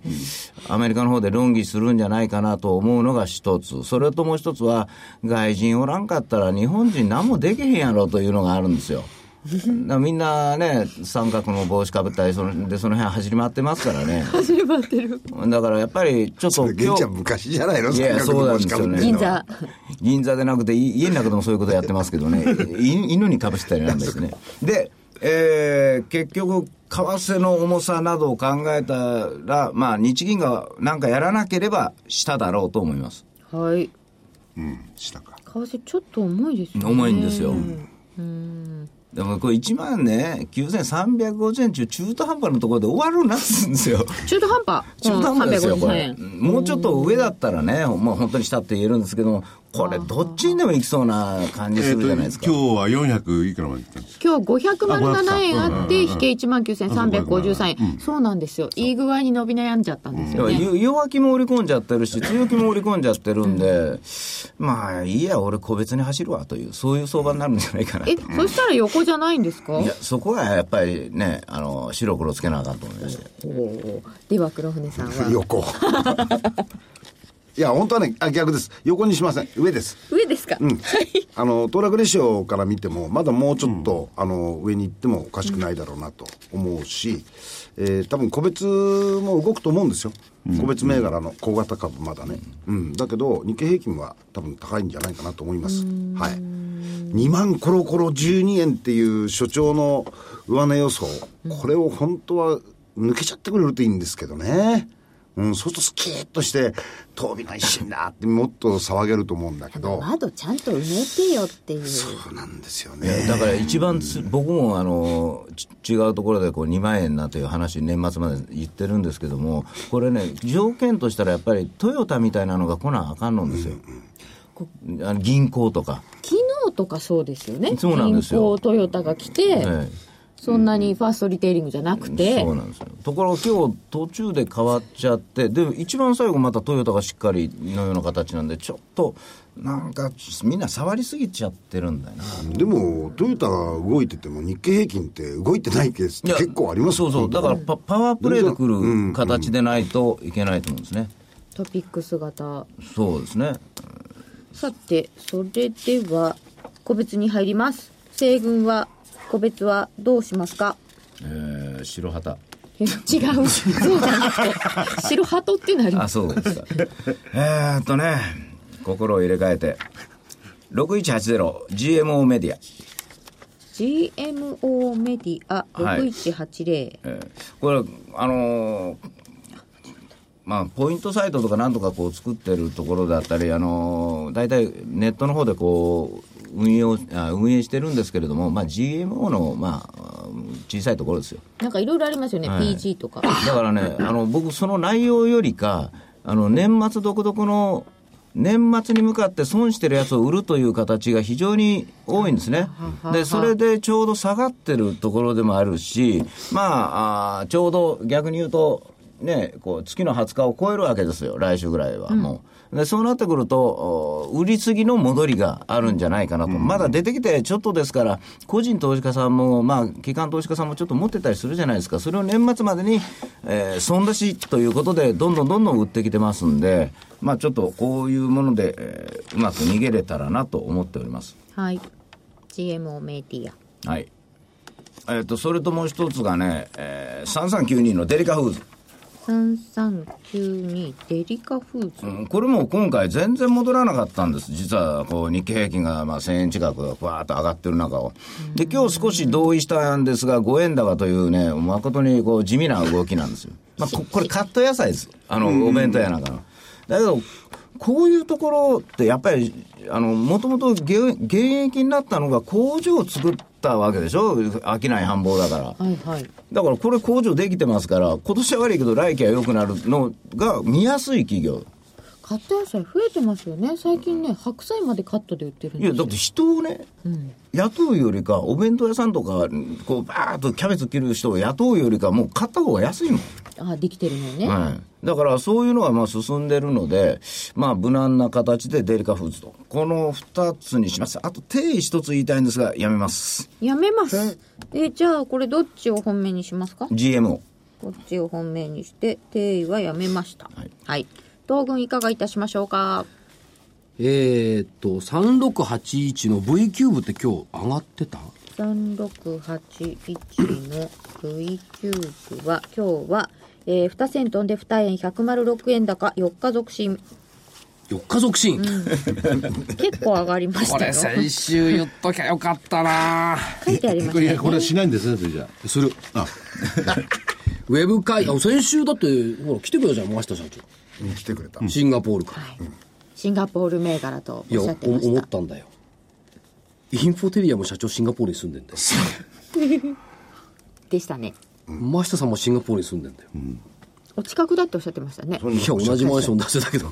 アメリカの方で論議するんじゃないかなと思うのが一つ。それともう一つは、外人おらんかったら日本人何もできへんやろというのがあるんですよ。なみんなね、三角の帽子かぶったり、そのでその辺走り回ってますからね、走り回ってる。だからやっぱりちょっとそれ今源ちゃん日、昔じゃないのいや三角の帽子かぶってん銀のは座。銀座でなくて、い家の中でもそういうことやってますけどね、い犬にかぶせたりなんですね。で、えー結局、為替の重さなどを考えたら、まあ、日銀がなんかやらなければしただろうと思います。はい。うんしたか為替ちょっと重いですよね。重いんですよ。でもこれ1万ね、9350円中、中途半端なところで終わるなっつうんですよ。中途半端。中途半端ですよ、うんこ353れ。円。もうちょっと上だったらね、もう本当にしたって言えるんですけども、これ、どっちにでも行きそうな感じすえっるじとゃな今いですか。日は400いくらまでいったんですか今日507円あ507あって、引け19,353円、そうなんですよ。いい具合に伸び悩んじゃったんですよね。いや弱気も織り込んじゃってるし、強気も織り込んじゃってるんで、まあ、いいや、俺、個別に走るわという、そういう相場になるんじゃないかなと。え、そしたら横じゃないんですかいや、そこはやっぱりね、あの、白黒つけなあかんと思いまして。では黒船さんは。横 いや本当はねあ逆です横にしません上です上ですか、うんあの騰落レシオから見てもまだもうちょっと、あの上に行ってもおかしくないだろうなと思うし、えー多分個別も動くと思うんですよ、個別銘柄の小型株まだね、うんだけど日経平均は多分高いんじゃないかなと思いますはい2万コロコロ12円っていう所長の上値予想これを本当は抜けちゃってくれるといいんですけどねうん、そうするとスキーッとして、闘美の一心だってもっと騒げると思うんだけど。窓ちゃんと埋めてよっていう。そうなんですよいやね。だから一番つ、僕もあのち違うところでこう2万円なという話、年末まで言ってるんですけども、これね、条件としたらやっぱりトヨタみたいなのが来なあかんのんですよ、あの銀行とか、昨日とかそうですよね。そうなんですよ銀行トヨタが来て、えそんなにファーストリテイリングじゃなくえて、そうなんですよところが今日途中で変わっちゃって、で一番最後、またトヨタがしっかりのような形なんで、ちょっとなんか、みんな触りすぎちゃってるんだよな。でも、トヨタが動いてても日経平均って動いてないケースって結構ありますそうそう、本当だからパパワープレイでくる形でないといけないと思うんですね。トピックス型。そうですね。さて、それでは、個別に入ります。西軍は、個別はどうしますかえー、白旗。え違う。そうじゃなくて、白鳩っていうのありまあ、す。そうで すか。えーっとね、心を入れ替えて、6180GMO メディア。 GMO メディアはい6180。えーこれ、あのーまあ、ポイントサイトとかなんとかこう作ってるところだったり、あのー大体ネットの方でこう運用あ運営してるんですけれども、まあ、GMO の、まあ、小さいところですよ。なんかいろいろありますよね。PG とか。だからね、あの僕、その内容よりか、あの年末独特の、年末に向かって損してるやつを売るという形が非常に多いんですね。で、それでちょうど下がってるところでもあるし、まあ、あーちょうど逆に言うと、ね、こう月の20日を超えるわけですよ、来週ぐらいはもう。でそうなってくると、お売りすぎの戻りがあるんじゃないかなと、まだ出てきてちょっとですから、個人投資家さんも、まあ、機関投資家さんもちょっと持ってたりするじゃないですか、それを年末までに、えー損出しということで、どんどんどんどん売ってきてますんで、まあ、ちょっとこういうもので、えーうまく逃げれたらなと思っております。はい。GMO メディア。はいえー、とそれともう一つがね、えー、3392のデリカフーズ。 3392デリカフーズ。うんこれも今回全然戻らなかったんです。実はこう日経平均がまあ1000円近くわーっと上がってる中を。で、今日少し同意したんですが、5円高というね、誠にこう地味な動きなんですよ。まあ、ここれカット野菜です。あの、お弁当やなんかの。だけど、こういうところってやっぱり、あの、もともと現役になったのが工場を作ったわけでしょ商い繁忙だから。はいはい。だからこれ工場できてますから、今年は悪いけど来期は良くなるのが見やすい企業。カット野菜増えてますよね。最近ね、白菜までカットで売ってるんいやですだよって。人をね、雇うよりかお弁当屋さんとかこうバーッとキャベツ切る人を雇うよりかもう買った方が安いもん、あ、できてるのね。はい、だからそういうのがまあ進んでるのでまあ無難な形でデリカフーズとこの2つにしますあと定位一つ言いたいんですがやめますやめます。え、じゃあこれどっちを本命にしますか GMO こっちを本命にして、定位はやめました。はいい。東軍いかがいたしましょうかえーっと、3681の V キューブって今日上がってた三六八一の類キューブは今日は、えー、2セントンで2円106円高4日続伸4日続進、結構上がりましこれたよ先週言っときゃよかったな書いてありまこれいしやたこれねはしないんですねそれじゃするあウェブ会あ先週だってほら来てくれたじゃん真下社長うん来てくれた。シンガポールから、シンガポール銘柄といやおっしゃってまおし思たったんだよインフォテリアも社長シンガポールに住んでんだよでしたね真下さんもシンガポールに住んでんだよ、お近くだっておっしゃってましたねいや同じマンション出せたけど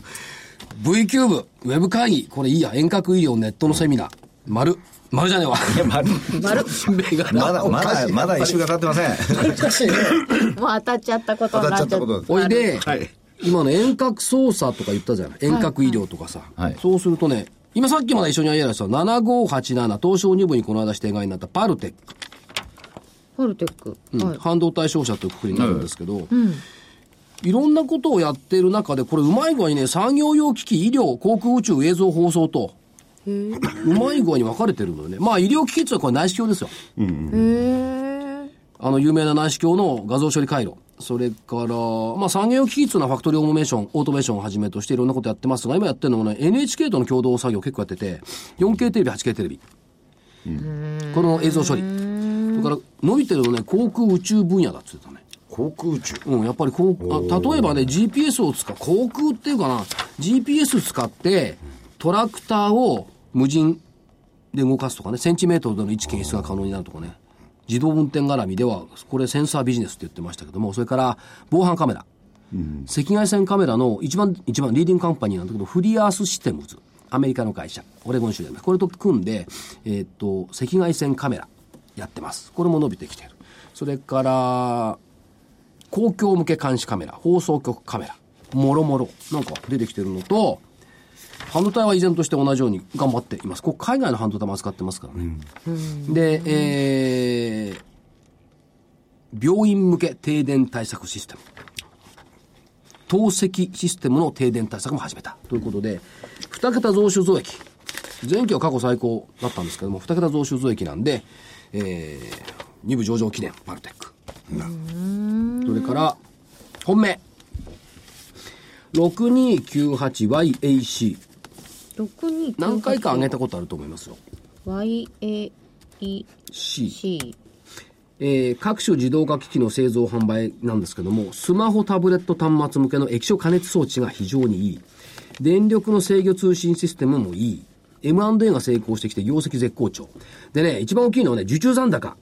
V キューブウェブ会議これいいや遠隔医療ネットのセミナー丸丸じゃねえわまだ 丸銘柄まだおまかしだいまだ一週間経ってませんおかしいねもう当たっちゃったこと当にたっなちゃっっちゃたっことだおいで、はい今の遠隔操作とか言ったじゃん。遠隔医療とかさ。はいそうするとね、今さっきまで一緒にやりやした7587、東証2部にこの間指定外になったパルテック。フォルテック、うんはい半導体商社というくくりになるんですけど、いろんなことをやってる中で、これうまい具合にね、産業用機器、医療、航空宇宙、映像、放送と、うまい具合に分かれてるのよね。まあ医療機器っていうのはこれ内視鏡ですよ。あの、有名な内視鏡の画像処理回路。それから、まあ、産業機器っていうのはファクトリーオートメーション、オートメーションをはじめとしていろんなことやってますが、今やってるのもね、NHK との共同作業結構やってて、4K テレビ、8K テレビ。この映像処理。だから、伸びてるのね、航空宇宙分野だっつってたね。航空宇宙。うん、やっぱりこう、あ例えばね、GPS を使う、航空っていうかな、GPS 使って、トラクターを無人で動かすとかね、センチメートルでの位置検出が可能になるとかね、自動運転絡みでは、これセンサービジネスって言ってましたけども、それから防犯カメラ、赤外線カメラの一番、一番リーディングカンパニーなんだけど、フリーアースシステムズ、アメリカの会社、オレゴン州で、これと組んで、えーっと、赤外線カメラやってます。これも伸びてきてる。それから、公共向け監視カメラ、放送局カメラ、もろもろ、なんか出てきてるのと、半導体は依然として同じように頑張っています。ここ海外の半導体も扱ってますからね。で、えー、病院向け停電対策システム。透析システムの停電対策も始めた。ということで、2桁増収増益。前期は過去最高だったんですけども、2桁増収増益なんで、えー、2部上場記念、パルテック。それから、本命。6298YAC。 6298何回か上げたことあると思いますよ。 YAEC C。えー各種自動化機器の製造販売なんですけども、スマホ、タブレット端末向けの液晶加熱装置が非常にいい。電力の制御通信システムもいい。M&A が成功してきて業績絶好調。でね、一番大きいのはね、受注残高。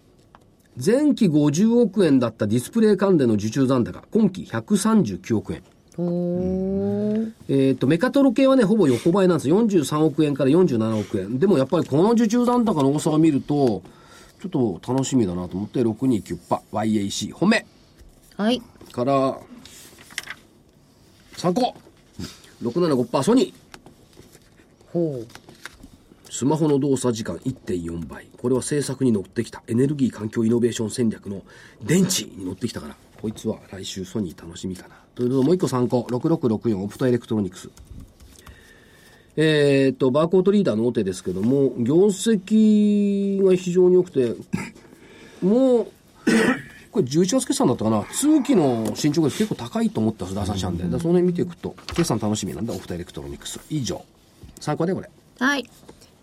前期50億円だったディスプレイ関連の受注残高、今期139億円。えー、とメカトロ系はねほぼ横ばいなんです43億円から47億円でもやっぱりこの受注残高の多さを見るとちょっと楽しみだなと思って629パ YAC 本命はいから参考675パソニーほうスマホの動作時間1.4倍これは政策に乗ってきたエネルギー環境イノベーション戦略の電池に乗ってきたからこいつは来週ソニー楽しみかなというのともう一個参考6664オプトエレクトロニクスえーっとバーコードリーダーの大手ですけども業績が非常に良くて もう これ11月決算だったかな通期の進捗率結構高いと思ったんです朝シャンで、だからその辺見ていくと決算楽しみなんだオプトエレクトロニクス以上参考でこれはい。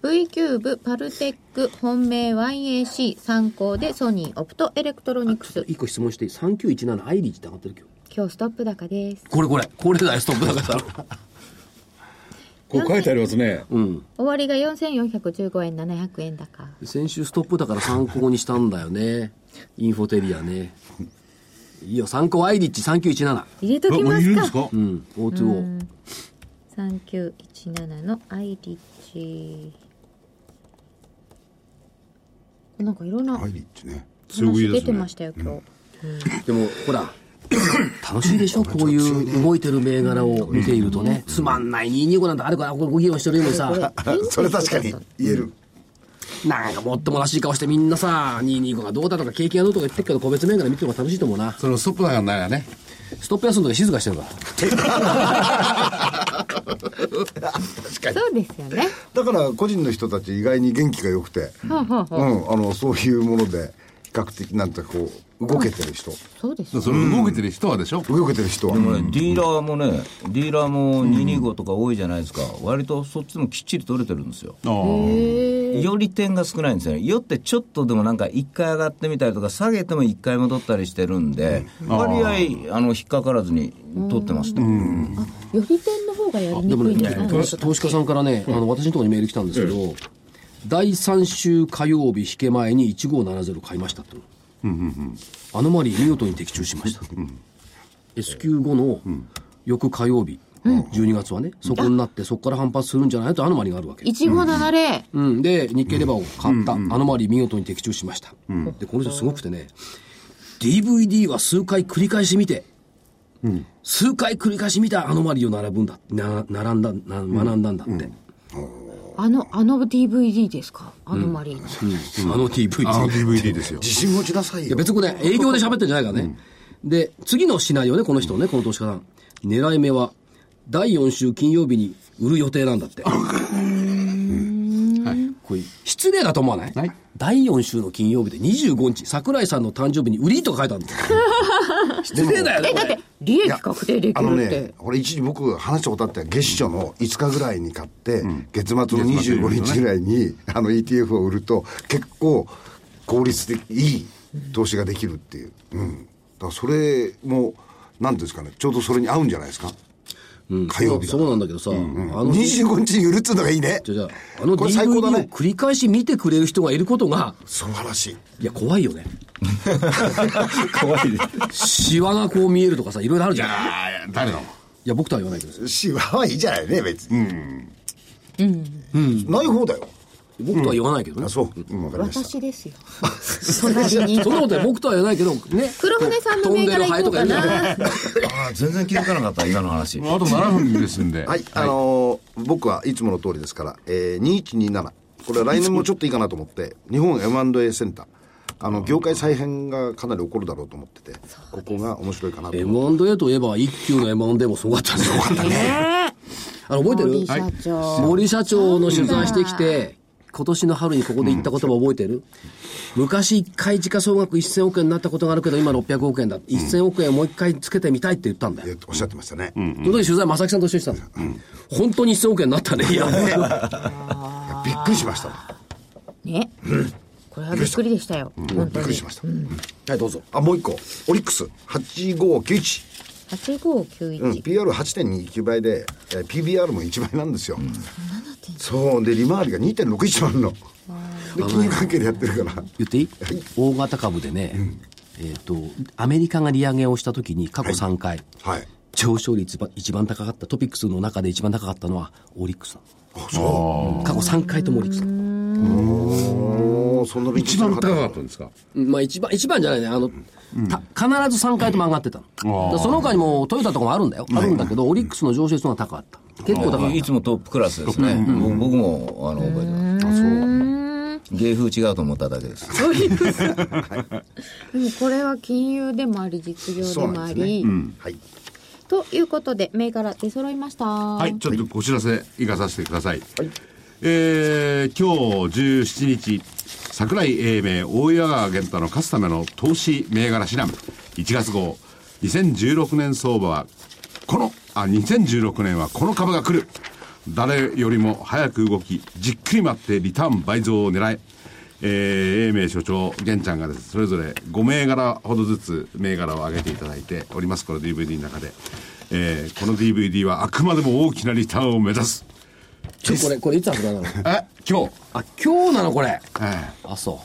V キューブ、パルテック、本命 YAC、参考でソニー、オプト、エレクトロニクス。一個質問していい3917アイリーチって上がってるけど今日ストップ高です。これこれこれだよストップだからこう書いてありますね。終わりが4415円、700円高。先週ストップだから参考にしたんだよねインフォテリアねいいよ参考アイリッチ3917入れときあもまういするんですか。かうん O2O 3917のアイリッチ。なんかいろんなアイリッチね。 強食い話で出すてねましたよ、今日。でもほ ら楽しいでしょこういう動いてる銘柄を見ているとねつまんない225なんてあるからこれご議論してるよりもさそれ確かに言える。なんかもっともらしい顔してみんなさ225がどうだとか景気がどうとか言ってるけど個別銘柄見てる方が楽しいと思うなそのストップだからないらねストップ安の時静かにしてるからそうですよね。だから個人の人たち意外に元気が良くて、うん、あの、そういうもので、比較的なんてこう、動けてる人、そうですそれ動けてる人はでしょ、動けてる人は。でもね、ディーラーもね、ディーラーも225とか多いじゃないですか、割とそっちもきっちり取れてるんですよ。より点が少ないんですよね、よってちょっとでもなんか、1回上がってみたりとか、下げても1回戻ったりしてるんで、割合あの、引っかからずに取ってますね。より点の方がやりでにもくいんじねゃない、投資投資家さんからね、あの私のところにメール来たんですけど、第3週火曜日引け前に1570買いましたと、アノマリー見事に的中しました、S q 後の翌火曜日、12月はね、そこになって、そこから反発するんじゃないとアノマリーがあるわけ。一五七零。うん、で、日経レバーを買った、アノマリー見事に的中しました。で、この人すごくてね、DVD は数回繰り返し見て、数回繰り返し見たアノマリーを並ぶんだ、な並んだな、学んだんだって。あの、あの DVD ですかあのマリーの。あの DVD。あの DVD ですよ。自信持ちなさいいやよ。別にこれ、営業で喋ってんじゃないからね。で、次のシナリオね、この人ね、この投資家さん。狙い目は、第4週金曜日に売る予定なんだって。はいこれ失礼だと思わない、第4週の金曜日で25日、桜井さんの誕生日に売りとか書いてあるんだよ失礼だよね、え、こだっれて、利益確定であきのるっねて。、これ一時僕話したことあったよ月初の5日ぐらいに買って、月末の25日ぐらいに、あの ETF を売ると、結構効率的、いい投資ができるっていう。うん。だからそれも、なんていうんですかね、ちょうどそれに合うんじゃないですか。火曜日だそうなんだけどさ、あの、じ25日に売るっつうのがいいゃね。あじゃああのこれ最高だ DVD をね。繰り返し見てくれる人がいることが、素晴らしい。いや、怖いよね。怖いですシワがこう見えるとかさ、いろいろあるじゃん。いああ、誰だもん。や、僕とは言わないけどさシワはいいじゃないね、別に。うん。ない方だよ。僕とは言わないけどね。あ、そう。うん、わかりました。私ですよ。隣に。 そんなことは僕とは言わないけど、ね。黒船さんのトン銘ネル柄ハ行エことうかか言うな。あー全然気づかなかった、今の話。あと7分ですんで。はい、あのー僕はいつもの通りですから、えー、2127。これは来年もちょっといいかなと思って、日本 M&A センター。あの、業界再編がかなり起こるだろうと思ってて、ここが面白いかなと思って。 M&A といえば、一級の M&A もすごかったね。 あの、覚えて森る社長。森社長の取材してきて、今年の春にここで言った言葉覚えてる、昔一回時価総額1000億円になったことがあるけど、今600億円だ。1000億円をもう一回つけてみたいって言ったんだえよ。ーおっしゃってましたね。いその時取材、正木さんと一緒にしたんだよ。本当に1000億円になったね。いや、やびっくりしましたもん。ね。これはびっくりでしたよ。本び当っくりにし。ました。はい、どうぞ。あ、もう一個。オリックス、8591。八五九うん、一。 PR8.29 倍で、えー PBR も1倍なんですよ。そう。で、利回りが2.61万の。で、金融関係でやってるから。言っていい、大型株でね、えっ、と、アメリカが利上げをした時に過去3回、はい。上昇率ば一番高かったトピックスの中で一番高かったのはオリックスあ、そなの過去3回ともオリックスなのう。もう、そんなびっくり一しな番かった高かったんですかまあ一番一番じゃないねあの、た必ず3回とも上がってたの、だからその他にもトヨタとかもあるんだよ、あるんだけどオリックスの上昇率の方が高かった結構高かっいつもトップクラスですね。僕僕も、あの、覚えてます。あ、そう。芸風違うと思っただけです。でもこれは金融でもあり、実業でもあり。はい。ということで、銘柄出揃いました。ははい、ちょっとお知らせいかさせてください。えー今日17日、桜井英明、大岩川源太の勝つための投資銘柄指南、1月号、2016年相場は、この、あ、2016年はこの株が来る。誰よりも早く動き、じっくり待ってリターン倍増を狙え。えー、英明所長、玄ちゃんがですね、それぞれ5銘柄ほどずつ銘柄を上げていただいております、この DVD の中で。えーこの DVD はあくまでも大きなリターンを目指す。たちょこれこれいつ発売なのえ、今日。あ今日なのこれえあそ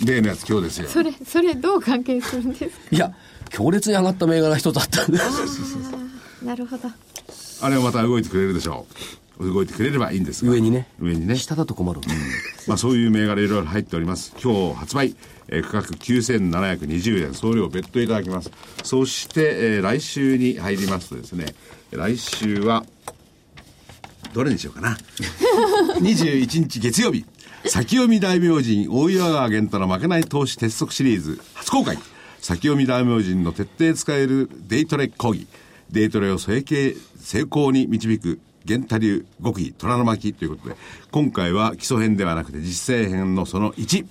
ー例のやつ今日ですよ。それ、それどう関係するんですういや強烈に上がった銘柄一つあったんでか なるほど。あれはまた動いてくれるでしょう。動いてくれればいいんですが。上にね上にね。下だと困るまあそういう銘柄いろいろ入っております。今日発売、えー価格9720円、送料別途いただきます。そして、えー来週に入りますとですね、来週は、どれにしようかな。21日月曜日、先読み大名人大岩川源太の負けない投資鉄則シリーズ初公開。先読み大名人の徹底使えるデイトレ講義。デイトレを成形成功に導く源太流極意虎の巻ということで今回は基礎編ではなくて実践編のその1、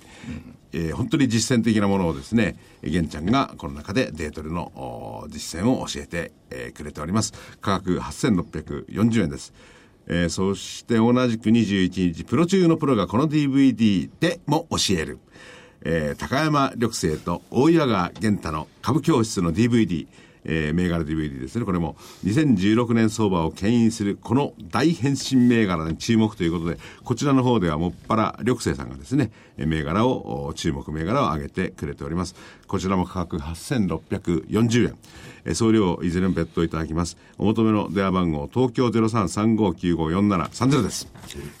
えー本当に実践的なものをですね源ちゃんがこの中でデイトレのおー実践を教えて、えーくれております価格8640円ですえーそして同じく21日、プロ中のプロがこの DVD でも教える。えー高山緑星と大岩川源太の株教室の DVD、えー銘柄 DVD ですね。これも2016年相場を牽引するこの大変身銘柄に注目ということで、こちらの方ではもっぱら緑星さんがですね、えー銘柄を、お注目銘柄を上げてくれております。こちらも価格8640円。えー送料いずれも別途いただきます。お求めの電話番号、東京0335954730です。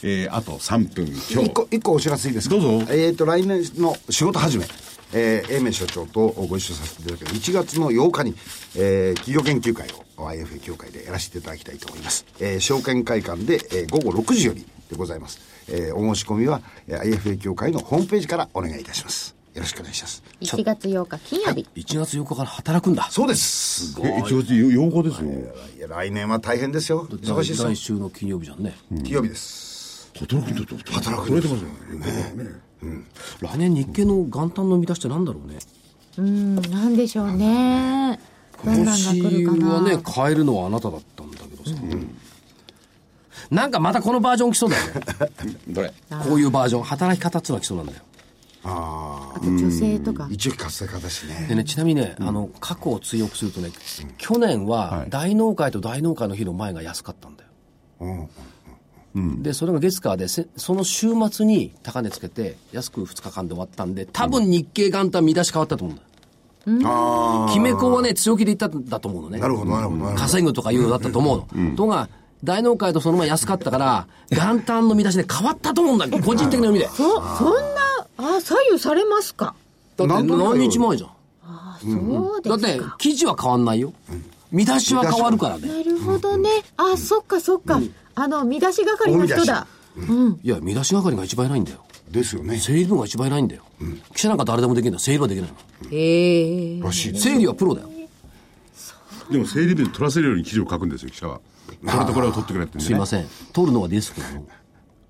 えーあと3分今一日。個、一個お知らせいいですかどうぞえっ、と、来年の仕事始め、えー、英明所長とご一緒させていただく1月の8日に、えー、企業研究会を IFA 協会でやらせていただきたいと思います。えー、証券会館で、えー午後6時よりでございます。えー、お申し込みは、えー IFA 協会のホームページからお願いいたします。よろしくお願いします。ちょ1月8日金曜日。 1月4日から働くんだ。そうです。え1月8日ですね。いや、来年は大変ですよ。忙しいですよ来。週の金曜日じゃんね。金曜日です。働くんだと。働くんだね。来年日経の元旦の見出しってなんだろうね。うん、なんでしょうね。どんなん今が来る年かはな。ね、変えるのはあなただったんだけどさ。なんかまたこのバージョン来そうだよね。どれこういうバージョン、働き方っていうのが来そうなんだよ。あと女性とか。一応活性化だしね。でね、ちなみにね、あの、過去を追憶するとね、去年は大納会と大納会の日の前が安かったんだよ。で、それが月火で、せその週末に高値つけて、安く2日間で終わったんで、多分日経元旦見出し変わったと思うんだよ。あ決め子はね、強気でいったんだと思うのね。あ、なるほど、なるほど、なるほど。稼ぐとかいうのだったと思うの。ところが、大納会とその前安かったから、元旦の見出しで変わったと思うんだ、個人的な意味で。そ、そんな、あ、左右されますか。だって何日前じゃん。あ、そうでだっすてか。、記事は変わんないよ。見出しは変わるからね。なるほどね。あ、そっかそっか。あの、見出し係の人だ。いや、見出し係が一番偉いんだよ。ですよね。整理部が一番偉いんだよ。記者なんか誰でもできるんだよ。整理はできないの。へえ。らしいです。整理はプロだよ。でも整理分取らせるように記事を書くんですよ、記者は。これとこれを取ってくれって、ね。すいません。取るのはデスクなの。い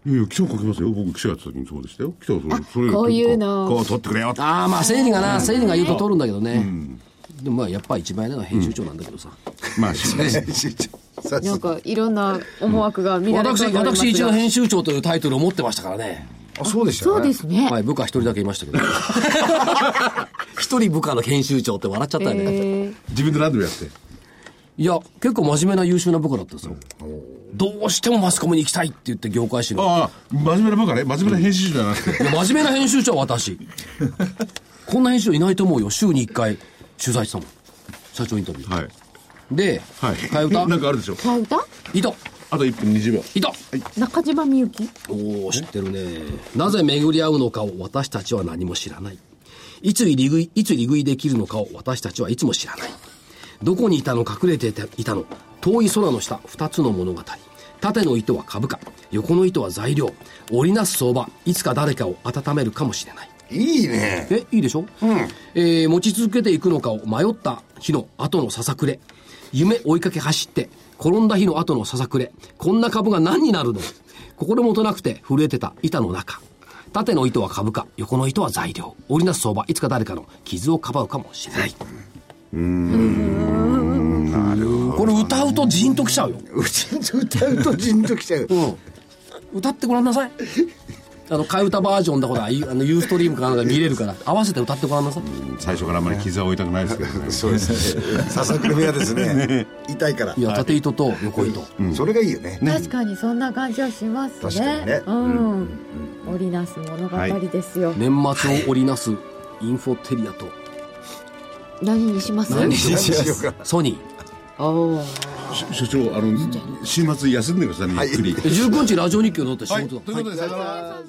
やいや、記者書きますよ。僕、記者やってた時にそうでしたよ。記者はそれ、それこういうのこう取ってくれよって。ああ、まあ整理がな、整理が言うと取るんだけどね。でもまあ、やっぱ一番偉いのは編集長なんだけどさ。まあ、しね。さなんかいろんな思惑が見られ私、ております私一応が編集長というタイトルを持ってましたからね。あ、そうでしたそうね。ですね。はい、部下一人だけいましたけど。一人部下の編集長って笑っちゃったよね。自分で何でもやって。いや、結構真面目な優秀な部下だったんですよ。どうしてもマスコミに行きたいって言って業界誌の。ああ、真面目な部下ね。真面目な編集者じゃなくて。いや真面目な編集長は私。こんな編集長いないと思うよ。週に1回取材したもん。社長インタビュー。はい。で、はい。替え歌なんかあるでしょ。替え歌いたあと1分20秒。いた中島みゆきおお知ってるねなぜ巡り合うのかを私たちは何も知らないいつ利食いいつ利食いできるのかを私たちはいつも知らないどこにいたの隠れていたの遠い空の下二つの物語縦の糸は株価横の糸は材料織りなす相場いつか誰かを温めるかもしれないいいね。えいいでしょ、えー持ち続けていくのかを迷った日の後のささくれ夢追いかけ走って転んだ日の後のささくれこんな株が何になるの心もとなくて震えてた板の中縦の糸は株価横の糸は材料織りなす相場いつか誰かの傷をかばうかもしれないうんこれ歌うとジーンときちゃうよ、うちんと歌うとじんときちゃう。うん、歌ってごらんな さいあの替え歌バージョンだほらゆあのユーストリームかなんかで見れるから合わせて歌ってごらんなさい最初からあんまり傷は負いたくないですけどね。そうですね。 ささくれ部屋ですね。痛いから。いや、縦糸と横糸。それがいいよね。確かにそんな感じはしますね。確かにねうん。織りなす物語ですよ。年末を織りなすインフォテリアと 何にします何何しようか。ソ ニー。おーし所長、あの、週末休んでくださいね、ゆっくり。 19日ラジオ日記を撮って仕はい。事だ。ということで、さよなら。